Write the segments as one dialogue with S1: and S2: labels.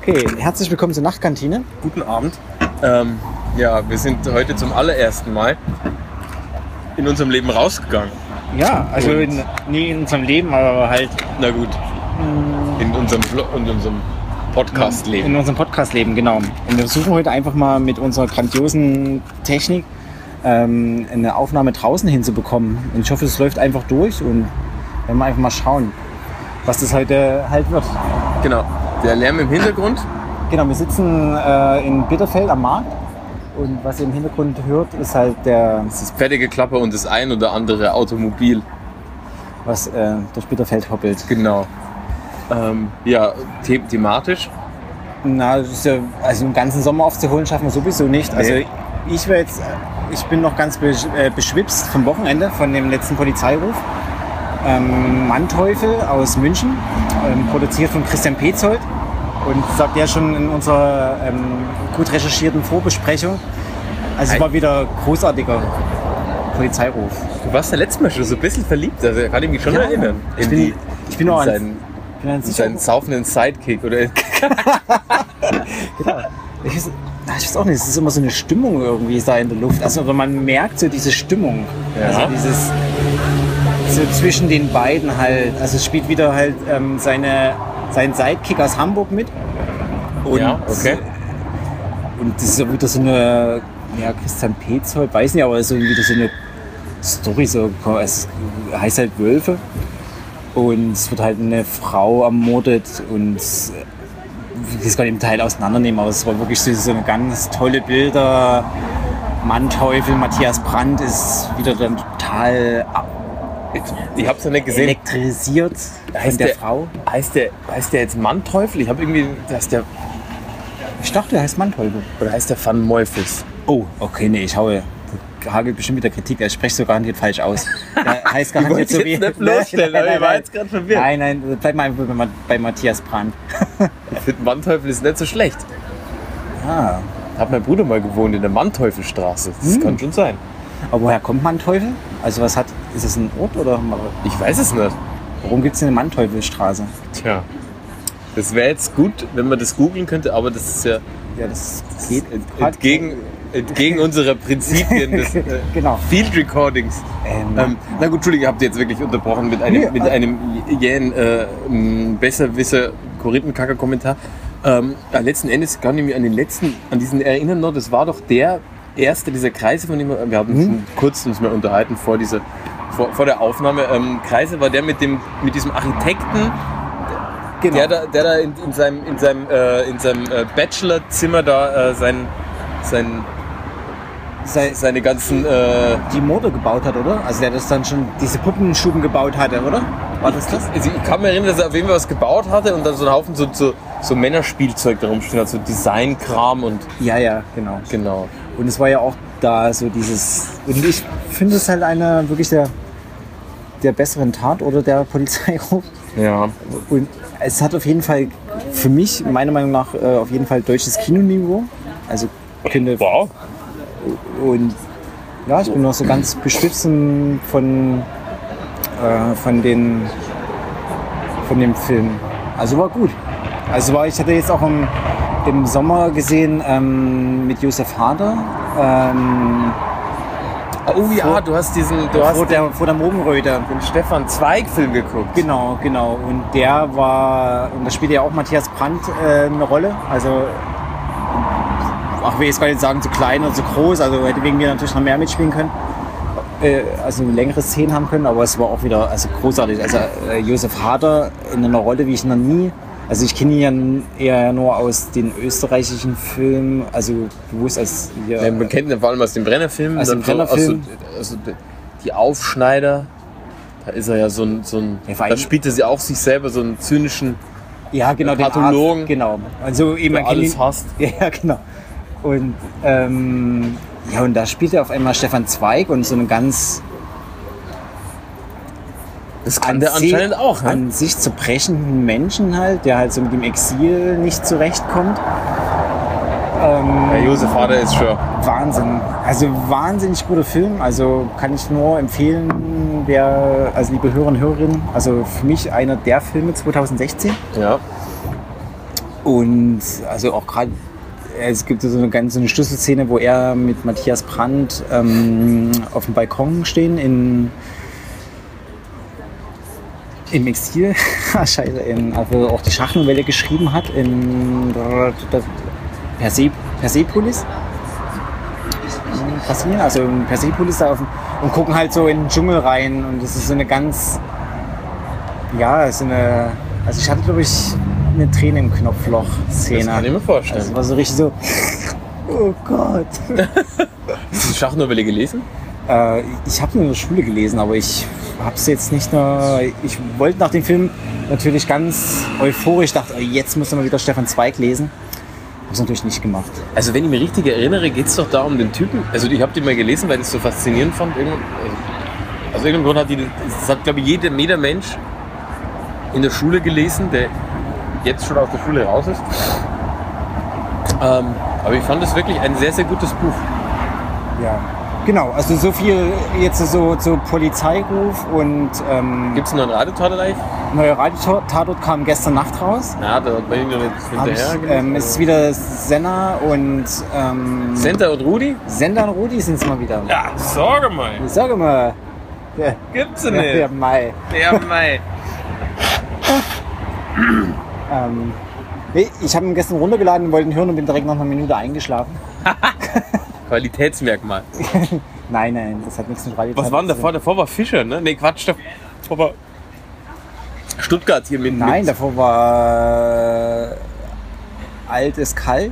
S1: Okay, herzlich willkommen zur Nachtkantine.
S2: Guten Abend. Ähm, ja, wir sind heute zum allerersten Mal in unserem Leben rausgegangen.
S1: Ja, also
S2: Und-
S1: in, nie in unserem Leben, aber halt
S2: Na gut, in unserem, Vlo- in unserem Podcast-Leben.
S1: in unserem Podcast-Leben, genau. Und wir versuchen heute einfach mal mit unserer grandiosen Technik ähm, eine Aufnahme draußen hinzubekommen. Und ich hoffe, es läuft einfach durch und werden wir einfach mal schauen, was das heute halt wird.
S2: Genau. Der Lärm im Hintergrund.
S1: Genau, wir sitzen äh, in Bitterfeld am Markt und was ihr im Hintergrund hört, ist halt der,
S2: Das ist fette Geklapper und das ein oder andere Automobil.
S1: was äh, durch Bitterfeld hoppelt.
S2: Genau. Ähm, ja, the thematisch.
S1: Na, das ist ja, also den ganzen Sommer aufzuholen schaffen wir sowieso nicht. Also
S2: Nee.
S1: ich wäre jetzt, äh, ich bin noch ganz besch äh, beschwipst vom Wochenende, von dem letzten Polizeiruf. Ähm, Manteuffel aus München, ähm, produziert von Christian Petzold. Und sagt ja schon in unserer ähm, gut recherchierten Vorbesprechung. Also es
S2: Ein-
S1: war wieder großartiger Polizeiruf.
S2: Du warst ja letztes Mal schon so ein bisschen verliebt. Also kann ich mich schon
S1: Ja,
S2: erinnern.
S1: ich
S2: In
S1: bin-
S2: die-
S1: ich bin auch
S2: in
S1: ein-
S2: seinen,
S1: Ich bin dann
S2: in
S1: sicher,
S2: seinen saufenden Sidekick oder
S1: Genau. ich weiß, ich weiß auch nicht, es ist immer so eine Stimmung irgendwie da in der Luft. Also aber man merkt so diese Stimmung.
S2: Ja.
S1: Also dieses so zwischen den beiden halt. Also es spielt wieder halt ähm, seine, seinen Sidekick aus Hamburg mit. Und,
S2: ja, okay.
S1: und das ist ja wieder so eine, ja, Christian Petzold, weiß nicht, aber es ist irgendwie wieder so eine Story, so es heißt halt Wölfe. Und es wird halt eine Frau ermordet und äh, ich will das gar nicht im Teil auseinandernehmen, aber es war wirklich so, so eine ganz tolle Bilder. Manteuffel, Matthias Brandt ist wieder dann total
S2: Ich hab's noch nicht gesehen.
S1: elektrisiert von
S2: Heißt
S1: der,
S2: der-
S1: Frau.
S2: Heißt der, heißt der jetzt Manteuffel? Ich habe irgendwie. Heißt der,
S1: Ich dachte, er heißt Manteuffel.
S2: oder heißt der Van Meufels?
S1: Oh, okay, nee, ich haue. Hagel bestimmt mit der Kritik, also er spricht so garantiert falsch aus. Er heißt garantiert
S2: wollte
S1: so
S2: jetzt
S1: wie.
S2: nicht bloßstellen, aber ich war jetzt gerade verwirrt.
S1: Nein, nein, bleib mal einfach bei Ma- bei Matthias Brandt.
S2: Ich finde Manteuffel ist nicht so schlecht.
S1: Ah,
S2: Hat mein Bruder mal gewohnt in der Mannteufelstraße. Das
S1: Hm.
S2: kann schon sein.
S1: aber woher kommt Manteuffel? Also, was hat. Ist es ein Ort oder.
S2: Ich weiß es nicht.
S1: Warum gibt es denn eine Manteufelstraße?
S2: Tja. Das wäre jetzt gut, wenn man das googeln könnte, aber das ist ja
S1: Ja, das geht
S2: ent entgegen, entgegen unserer Prinzipien des äh,
S1: Genau.
S2: Field Recordings.
S1: Ähm,
S2: Ähm, na gut, Entschuldigung, ich habe dich jetzt wirklich unterbrochen mit einem,
S1: Nee,
S2: mit
S1: äh,
S2: einem jähen äh, m, Besserwisser Korinthenkacker Kommentar. Ähm, äh, letzten Endes kann ich mich an den letzten, an diesen erinnern noch, das war doch der erste dieser Kreise, von dem wir, wir haben
S1: Mhm.
S2: uns kurz uns mal unterhalten vor dieser, vor, vor der Aufnahme. Ähm, Kreise war der mit dem, mit diesem Architekten,
S1: genau.
S2: der da, der da in, in seinem, in seinem, äh, in seinem äh, Bachelorzimmer da äh, sein, sein,
S1: Sei-
S2: seine ganzen, äh,
S1: die Mode gebaut hat, oder? Also, der das dann schon. Diese Puppenschuben gebaut hatte, oder? War das das?
S2: Also ich kann mich erinnern, dass er auf jeden Fall was gebaut hatte und dann so einen Haufen so, so, so Männerspielzeug da rumstehen hat, so Designkram und
S1: Ja, ja, genau.
S2: genau.
S1: Und es war ja auch da so dieses. Und ich finde es halt einer wirklich der, der besseren Tat oder der Polizeiruf.
S2: Ja.
S1: Und es hat auf jeden Fall für mich, meiner Meinung nach, äh, auf jeden Fall deutsches Kinoniveau. Also Kinder.
S2: Wow.
S1: Und ja, ich bin noch so ganz beschwipsen von, äh, von, den, von dem Film. Also war gut. Also war, ich hatte jetzt auch im, im Sommer gesehen ähm, mit Josef Hader. Ähm,
S2: Oh ja, du hast diesen, du
S1: vor,
S2: hast
S1: der, vor der Morgenröte.
S2: den Stefan Zweig Film geguckt.
S1: Genau, genau. Und der war, und da spielte ja auch Matthias Brandt äh, eine Rolle. Also, ach, will jetzt gar nicht sagen, zu klein oder zu groß. Also hätte wegen mir natürlich noch mehr mitspielen können. Äh, also längere Szenen haben können, aber es war auch wieder also großartig. Also äh, Josef Hader in einer Rolle, wie ich noch nie. Also ich kenne ihn ja n- eher nur aus den österreichischen Filmen, also bewusst als hier,
S2: Ja, man kennt ihn vor allem aus dem Brennerfilm.
S1: Aus dem
S2: dann so-
S1: Brennerfilm.
S2: Also, also die Aufschneider. Da ist er ja so ein, so ein
S1: Ja, vor allem-
S2: da spielt er sie auch sich selber so einen zynischen
S1: ja genau den
S2: Pathologen.
S1: Arzt, genau. Also eben
S2: der
S1: man kennt
S2: alles
S1: ihn-
S2: hasst.
S1: Ja, ja, genau. Und, ähm, ja, und da spielt er auf einmal Stefan Zweig und so eine ganz
S2: Das kann der
S1: an sich-
S2: anscheinend auch, ne?
S1: an sich zu brechenden Menschen halt, der halt so mit dem Exil nicht zurechtkommt.
S2: Ja, Josef Vater ist schon.
S1: Wahnsinn. Also wahnsinnig guter Film. Also kann ich nur empfehlen, der, also liebe Hörer und Hörerinnen, also für mich einer der Filme 2016.
S2: Ja.
S1: Und also auch gerade, es gibt so eine ganze eine Schlüsselszene, wo er mit Matthias Brandt ähm, auf dem Balkon stehen in im Exil, Ah, scheiße, in, also auch die Schachnovelle geschrieben hat in Perse, Persepolis. Passieren, also in Persepolis da auf dem, und gucken halt so in den Dschungel rein und das ist so eine ganz ja, es ist eine. Also ich hatte, glaube ich, eine Träne im Knopfloch-Szene.
S2: Das kann ich mir vorstellen.
S1: Also es war so richtig so. Oh Gott.
S2: Hast du die Schachnovelle gelesen?
S1: äh, ich habe nur in der Schule gelesen, aber ich habe es jetzt nicht nur. Ich wollte nach dem Film natürlich ganz euphorisch, dachte, oh, jetzt muss man wieder Stefan Zweig lesen. Habe es natürlich nicht gemacht.
S2: Also wenn ich mich richtig erinnere, geht es doch da um den Typen. Also ich habe die mal gelesen, weil ich es so faszinierend fand. Irgendwann, also aus irgendeinem Grund hat die, das hat glaube ich jeder, jeder Mensch in der Schule gelesen, der jetzt schon aus der Schule raus ist. Ähm, aber ich fand es wirklich ein sehr, sehr gutes Buch.
S1: Ja. Genau, also so viel jetzt so zu Polizeiruf und ähm,
S2: Gibt es noch einen Radiotat live?
S1: neuer Radiotatort kam gestern Nacht raus.
S2: Na, da bin ich noch nicht
S1: Hab ich,
S2: hinterher. also.
S1: ähm, es ist wieder Senna und ähm,
S2: Senta und Rudi?
S1: Sender und Rudi sind es mal wieder.
S2: Ja, sorge mal.
S1: Ich sage mal, der,
S2: Gibt's
S1: der, der Mai.
S2: Ja, mei.
S1: Ähm, nee, ich habe ihn gestern runtergeladen und wollte ihn hören und bin direkt nach einer Minute eingeschlafen.
S2: Qualitätsmerkmal.
S1: Nein, nein, das hat nichts mit Radio
S2: Was war denn davor? Davor war Fischer, ne? Ne, Quatsch. Davor war Stuttgart hier mit.
S1: Nein,
S2: mit,
S1: davor war äh, Alt ist kalt.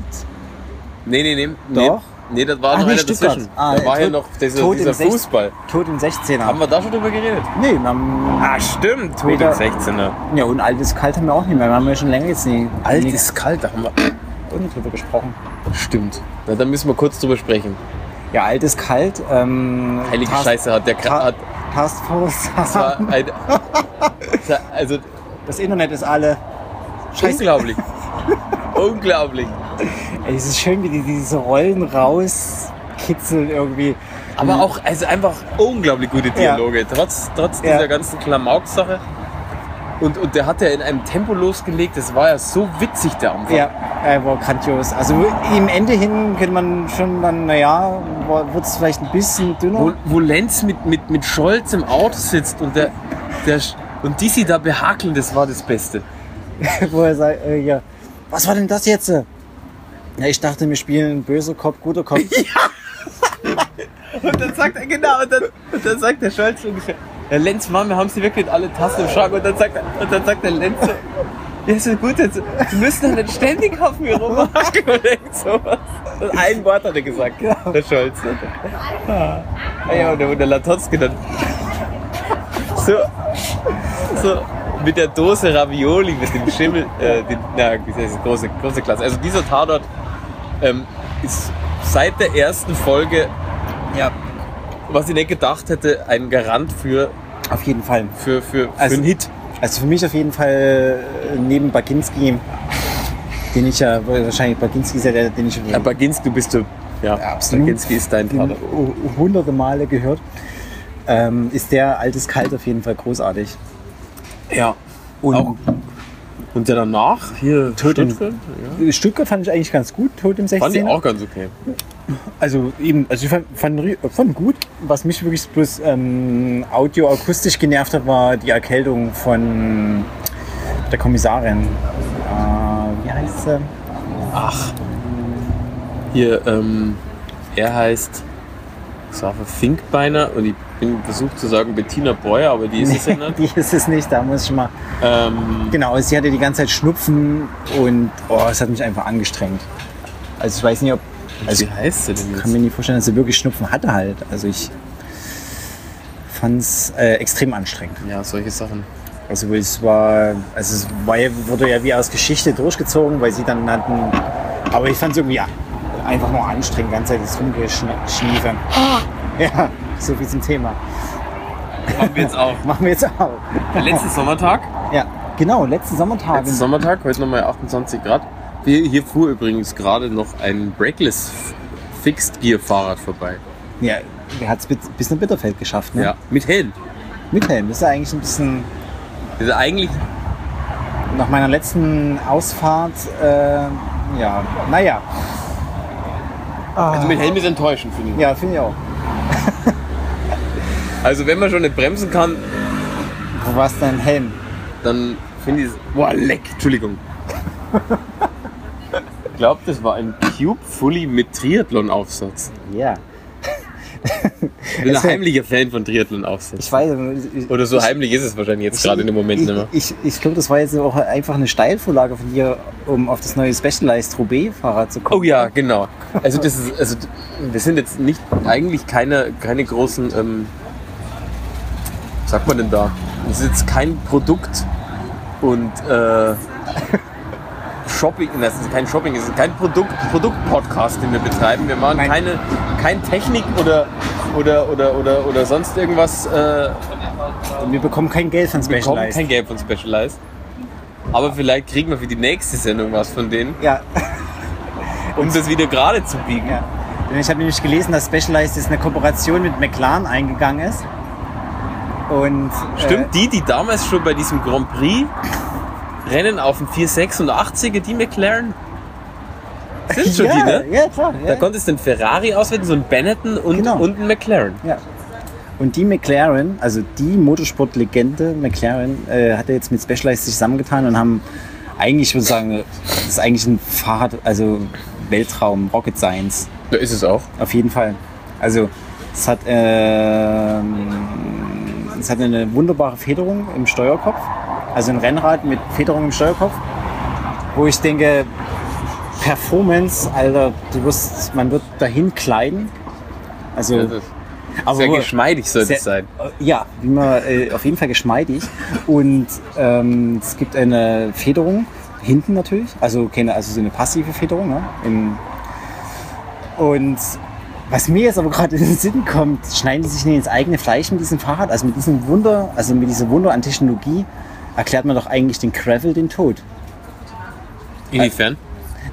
S2: nee, nee, nee.
S1: Doch.
S2: Nee, nee das war
S1: Ach,
S2: noch
S1: nee,
S2: einer
S1: Stuttgart.
S2: dazwischen.
S1: Ah,
S2: da war
S1: Tod-
S2: ja noch dieser,
S1: Tod im
S2: dieser
S1: Sech-
S2: Fußball.
S1: Tod im 16er.
S2: Haben wir da schon drüber geredet?
S1: nee, wir haben,
S2: Ah, stimmt. Tod
S1: Peter-
S2: im 16er.
S1: ja, und Alt ist kalt haben wir auch nicht mehr. Wir haben ja schon länger jetzt nie,
S2: Alt
S1: nie-
S2: ist kalt, da haben wir.
S1: nie drüber gesprochen.
S2: Stimmt. Na, da müssen wir kurz drüber sprechen.
S1: Ja, Alt ist kalt. Ähm,
S2: Heilige
S1: Task-
S2: Scheiße hat der Kra
S1: Ta
S2: hat,
S1: Taskforce.
S2: war ein, Also
S1: Das Internet ist alle. Scheiße.
S2: unglaublich. unglaublich.
S1: Ey, es ist schön, wie die diese Rollen rauskitzeln irgendwie. Mhm.
S2: Aber auch, also einfach unglaublich gute Dialoge, trotz, trotz
S1: Ja.
S2: dieser ganzen Klamauk-Sache. Und, und der hat ja in einem Tempo losgelegt, das war ja so witzig, der Anfang.
S1: Ja, er war grandios. Also im Ende hin könnte man schon dann, naja, wird es vielleicht ein bisschen dünner.
S2: Wo, wo Lenz mit, mit, mit Scholz im Auto sitzt und der, der Sch- und die sie da behakeln, das war das Beste.
S1: wo er sagt, äh, ja, was war denn das jetzt? Ja, ich dachte, wir spielen böser Kopf, guter Kopf.
S2: Und dann sagt er, genau, und dann, und dann sagt der Scholz ungefähr, Herr Lenz, Mann, wir haben sie wirklich alle Tassen im Schrank. Und dann sagt, er- und dann sagt der Lenz so, ja, ist ja gut, jetzt, Sie müssen doch nicht ständig auf mir rumhacken und irgend sowas. Und ein Wort hat er gesagt, der Scholz. Genau. Ah ja, und der, und der Latotzki dann so, so mit der Dose Ravioli, mit dem Schimmel, äh, den, na, das ist große, große Klasse. Also dieser Tatort ähm, ist seit der ersten Folge
S1: ja,
S2: was ich nicht gedacht hätte, ein Garant für,
S1: auf jeden Fall.
S2: für, für, für
S1: Also-
S2: einen Hit.
S1: Also für mich auf jeden Fall äh, neben Baginski, den ich ja, wahrscheinlich Baginski ist ja der, den ich
S2: Ja, Baginski, du bist du. Ja,
S1: absolut.
S2: Baginski ist dein
S1: den
S2: Vater.
S1: hu- hunderte Male gehört, ähm, ist der Altes Kalt auf jeden Fall großartig.
S2: Ja.
S1: Und
S2: Auch Und der danach hier
S1: Töten.
S2: Stuttgart?
S1: Stuttgart fand ich eigentlich ganz gut, Tod im
S2: Fand ich
S1: 16.
S2: auch ganz okay.
S1: Also eben, also ich fand, fand, ri- fand gut. Was mich wirklich bloß ähm, audioakustisch genervt hat, war die Erkältung von der Kommissarin. Äh, wie heißt sie?
S2: Hier, ähm, er heißt Xaver Finkbeiner und ich bin versucht zu sagen Bettina Breuer, aber die ist es ja nicht.
S1: Die ist es nicht, da muss ich mal.
S2: Ähm,
S1: Genau, sie hatte die ganze Zeit Schnupfen und oh, es hat mich einfach angestrengt. Also ich weiß nicht, ob. Also
S2: wie heißt sie denn
S1: Ich kann mir
S2: jetzt?
S1: nicht vorstellen, dass er wirklich Schnupfen hatte halt. Also ich fand es äh, extrem anstrengend.
S2: Ja, solche Sachen.
S1: Also es war, also es war, ja- wurde ja wie aus Geschichte durchgezogen, weil sie dann hatten, aber ich fand es irgendwie a- einfach nur anstrengend, ganz ganzes Rumgeschniefen. Ja, so viel zum Thema.
S2: Haben wir jetzt auch.
S1: Machen wir jetzt auch.
S2: Der letzte Sommertag.
S1: Ja, genau, letzten Sommertag.
S2: Letzten Sommertag, heute nochmal 28 Grad. Hier, hier fuhr übrigens gerade noch ein Brakeless F- Fixed Gear Fahrrad vorbei.
S1: Ja, wer hat es bis, bis nach Bitterfeld geschafft, ne?
S2: Ja, mit Helm.
S1: Mit Helm, das ist ja eigentlich ein bisschen,
S2: Also eigentlich
S1: nach meiner letzten Ausfahrt, äh, ja, naja.
S2: Also mit Helm ist enttäuschend, finde ich.
S1: Ja, finde ich auch.
S2: Also wenn man schon nicht bremsen kann,
S1: Wo war es denn Helm?
S2: dann finde ich es... Boah, leck, Entschuldigung. Ich glaube, das war ein Cube Fully mit Triathlon-Aufsatz.
S1: Ja.
S2: Ich bin ein heimlicher Fan von Triathlon-Aufsatz.
S1: Ich weiß, also, ich,
S2: Oder so heimlich ist es wahrscheinlich jetzt gerade in dem Moment nicht mehr.
S1: Ich, ich, ich glaube, das war jetzt auch einfach eine Steilvorlage von dir, um auf das neue Specialized Roubaix-Fahrrad zu kommen.
S2: Oh ja, genau. Also das ist, also wir sind jetzt nicht eigentlich keine, keine großen, ähm, was sagt man denn da? Das ist jetzt kein Produkt und äh, Shopping, nein, das ist kein Shopping, es ist kein Produkt, Produkt-Podcast, den wir betreiben. Wir machen
S1: Nein.
S2: keine, kein Technik oder oder oder oder oder sonst irgendwas. Äh,
S1: Wir bekommen kein Geld von
S2: wir bekommen
S1: Specialized.
S2: kein Geld von Specialized. Aber vielleicht kriegen wir für die nächste Sendung was von denen,
S1: ja,
S2: um das wieder gerade zu biegen.
S1: ja. Denn ich habe nämlich gelesen, dass Specialized jetzt eine Kooperation mit McLaren eingegangen ist. Und äh,
S2: Stimmt, die, die damals schon bei diesem Grand Prix Rennen auf dem 486er, die McLaren,
S1: Äh,
S2: sind schon
S1: ja,
S2: die, ne?
S1: Ja, klar.
S2: Da
S1: Ja.
S2: konntest du einen Ferrari auswählen, so einen Benetton und,
S1: Genau.
S2: und einen McLaren.
S1: ja. Und die McLaren, also die Motorsportlegende McLaren, äh, hat er jetzt mit Specialized sich zusammengetan und haben eigentlich, ich würde sagen, das ist eigentlich ein Fahrrad, also Weltraum, Rocket Science.
S2: Da ist es auch.
S1: Auf jeden Fall. Also es hat, ähm, es hat eine wunderbare Federung im Steuerkopf. Also ein Rennrad mit Federung im Steuerkopf, wo ich denke, Performance, Alter, du wirst, man wird dahin kleiden. Also,
S2: Das ist
S1: aber
S2: sehr geschmeidig sollte
S1: sehr-
S2: es sein.
S1: ja, wie man, äh, auf jeden Fall geschmeidig. Und ähm, es gibt eine Federung hinten natürlich, also keine, also so eine passive Federung. Ne? Im, und was mir jetzt aber gerade in den Sinn kommt, schneiden die sich nicht ins eigene Fleisch mit diesem Fahrrad? Also mit diesem Wunder, also mit diesem Wunder an Technologie erklärt man doch eigentlich den Gravel den Tod.
S2: Äh, Inwiefern?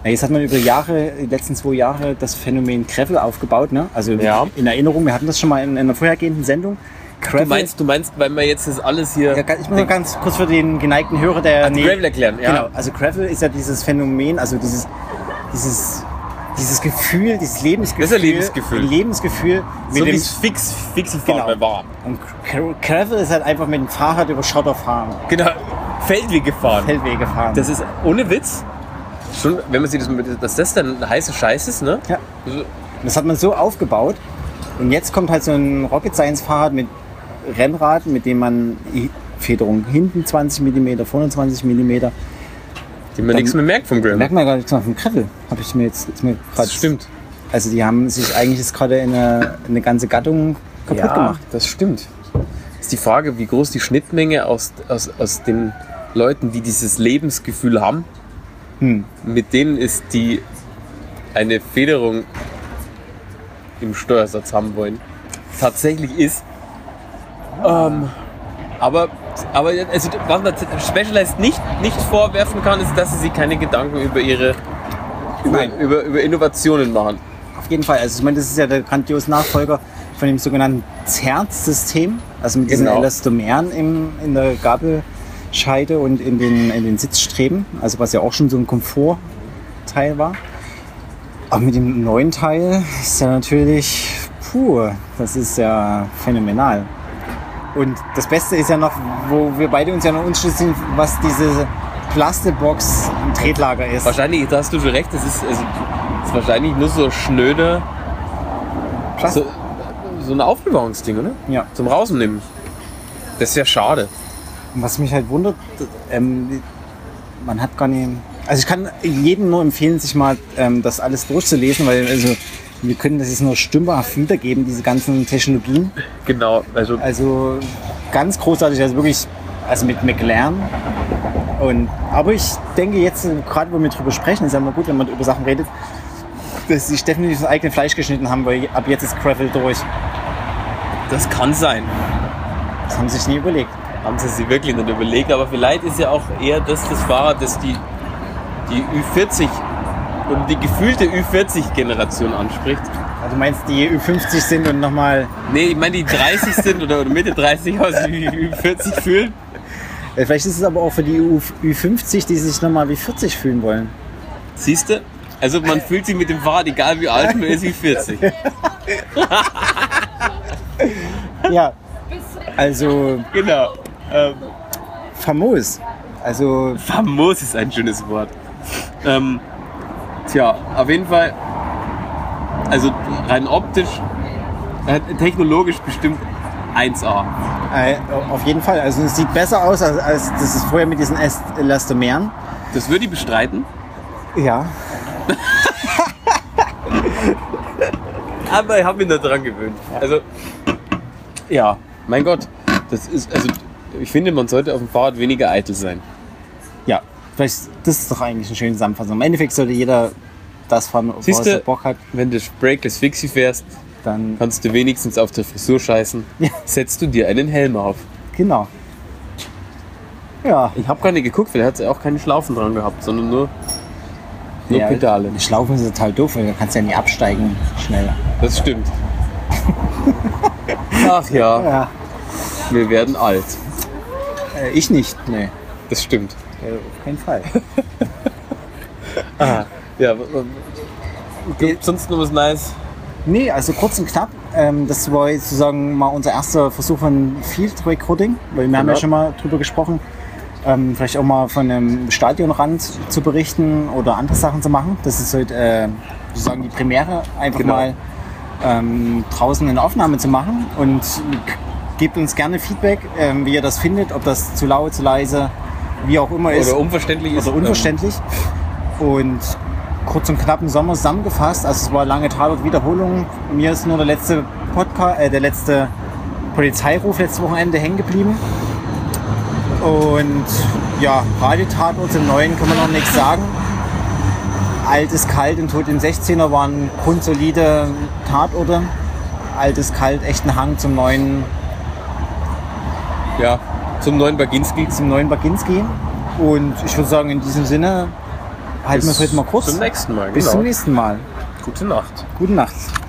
S1: Na, jetzt hat man über Jahre, die letzten zwei Jahre, das Phänomen Gravel aufgebaut. Ne? Also
S2: Ja.
S1: in Erinnerung, wir hatten das schon mal in, in einer vorhergehenden Sendung.
S2: Du meinst, du meinst, weil wir jetzt das alles hier
S1: äh, Ja, ga- ich muss noch ganz kurz für den geneigten Hörer, der
S2: den
S1: nee,
S2: Gravel erklären, ja.
S1: Genau, also Gravel ist ja dieses Phänomen, also dieses, dieses, dieses Gefühl, dieses Lebensgefühl.
S2: Das ist ein Lebensgefühl.
S1: Lebensgefühl mit
S2: so wie
S1: dem
S2: es fix, fixe
S1: Genau.
S2: Fahrer war.
S1: und Gra- Gravel ist halt einfach mit dem Fahrrad über Schotter fahren,
S2: Genau. Feldweg gefahren.
S1: Feldwege fahren.
S2: Das ist ohne Witz. Schon, wenn man sieht, dass man- dass das dann heiße Scheiß ist, ne?
S1: ja.
S2: So-
S1: Das hat man so aufgebaut. Und jetzt kommt halt so ein Rocket Science Fahrrad mit Rennrad, mit dem man i- Federung hinten 20 mm, vorne 20 mm.
S2: Die man
S1: Dann-
S2: nichts mehr merkt vom Gravel.
S1: Merkt man gar nichts mehr vom Gravel. Habe ich mir jetzt, jetzt mir grad-
S2: Das stimmt.
S1: Also die haben sich eigentlich jetzt gerade in eine, eine ganze Gattung kaputt gemacht.
S2: das stimmt. Ist die Frage, wie groß die Schnittmenge aus, aus, aus den Leuten, die dieses Lebensgefühl haben,
S1: Hm.
S2: mit denen ist die eine Federung im Steuersatz haben wollen, tatsächlich ist. Ähm, aber aber also, was man Specialized nicht, nicht vorwerfen kann, ist, dass sie sich keine Gedanken über ihre über,
S1: Nein.
S2: über, über Innovationen machen.
S1: Auf jeden Fall. Also ich meine, das ist ja der grandiose Nachfolger von dem sogenannten Zerz-System. Also mit diesen
S2: Genau.
S1: Elastomeren im, in der Gabelscheide und in den, in den Sitzstreben. Also was ja auch schon so ein Komfortteil war. Aber mit dem neuen Teil ist ja natürlich, puh, das ist ja phänomenal. Und das Beste ist ja noch, wo wir beide uns ja noch unschlüssig sind, was diese Plastikbox im Tretlager ist.
S2: Wahrscheinlich, da hast du schon recht, das ist, also, das ist wahrscheinlich nur so schnöde,
S1: Plast-
S2: so, so ein Aufbewahrungsding, oder?
S1: Ja.
S2: Zum Rausnehmen. Das ist ja schade.
S1: Und Was mich halt wundert, ähm, man hat gar nicht. Also ich kann jedem nur empfehlen, sich mal ähm, das alles durchzulesen, weil also wir können das jetzt nur stümperhaft wiedergeben, diese ganzen Technologien.
S2: Genau, also
S1: Also ganz großartig, also wirklich, also mit McLaren. Und, aber ich denke jetzt, gerade wo wir drüber sprechen, ist ja immer gut, wenn man über Sachen redet, dass sie sich definitiv das eigene Fleisch geschnitten haben, weil ab jetzt ist Gravel durch.
S2: das kann sein.
S1: Das haben sie sich nie überlegt.
S2: Haben sie sich wirklich nicht überlegt, aber vielleicht ist ja auch eher das das Fahrrad, das die, die Ü40 und die gefühlte Ü40-Generation anspricht.
S1: Also du meinst, die Ü50 sind und nochmal
S2: Nee, ich meine, die 30 sind oder oder Mitte 30 aus wie Ü40 fühlen.
S1: Äh, Vielleicht ist es aber auch für die EU, Ü50, die sich nochmal wie 40 fühlen wollen.
S2: Siehst du? Also man fühlt sich mit dem Fahrrad, egal wie alt man ist, wie 40.
S1: Ja, also
S2: Genau. Ähm,
S1: famos. Also
S2: famos ist ein schönes Wort. Ähm, tja, auf jeden Fall, also rein optisch, äh, technologisch bestimmt 1A.
S1: äh, auf jeden Fall. Also es sieht besser aus als, als das ist vorher mit diesen Est- Elastomeren.
S2: Das würde ich bestreiten.
S1: Ja.
S2: Aber ich habe mich da dran gewöhnt. Also, ja, mein Gott, das ist, also, ich finde, man sollte auf dem Fahrrad weniger eitel sein.
S1: Ja. Vielleicht, das ist doch eigentlich eine schöne Zusammenfassung. Im Endeffekt sollte jeder das fahren, worauf
S2: Siehste?
S1: er Bock hat.
S2: Wenn du Breakless Fixie fährst,
S1: Dann
S2: kannst du wenigstens auf der Frisur scheißen.
S1: Ja.
S2: Setzt du dir einen Helm auf.
S1: genau. Ja.
S2: Ich habe gar nicht geguckt, weil er hat auch keine Schlaufen dran gehabt, sondern nur, nur
S1: ja,
S2: Pedale.
S1: Die Schlaufen ist total doof, weil du kannst ja nie absteigen schnell.
S2: Das stimmt. Ach ja,
S1: Ja.
S2: wir werden alt.
S1: Äh, ich nicht, nee.
S2: Das stimmt.
S1: Äh, auf keinen Fall.
S2: Ja, w- w- gibt's sonst noch was Neues?
S1: Nee, also kurz und knapp. Ähm, das war jetzt sozusagen mal unser erster Versuch von Field Recruiting, weil wir haben ja
S2: Genau.
S1: schon mal drüber gesprochen. Ähm, vielleicht auch mal von einem Stadionrand zu berichten oder andere Sachen zu machen. Das ist heute äh, sozusagen die Premiere, einfach
S2: Genau.
S1: mal ähm, draußen eine Aufnahme zu machen und k- gebt uns gerne Feedback, ähm, wie ihr das findet, ob das zu laut, zu leise, wie auch immer ist
S2: Oder unverständlich ist.
S1: also unverständlich. Und kurz und knapp im Sommer zusammengefasst. Also es war lange Tatort Wiederholung. Mir ist nur der letzte Podcast, äh, der letzte Polizeiruf letztes Wochenende hängen geblieben. Und ja, Radiotatort im Neuen kann man noch nichts sagen. Alt ist kalt und tot im 16er waren grundsolide Tatorte. Alt ist kalt, echt ein Hang zum neuen
S2: Ähm, ja, zum neuen Baginski.
S1: zum neuen Baginski. Und ich würde sagen, in diesem Sinne halten wir es heute mal kurz.
S2: Zum nächsten Mal,
S1: Bis
S2: genau.
S1: zum nächsten Mal.
S2: Gute Nacht.
S1: Gute Nacht.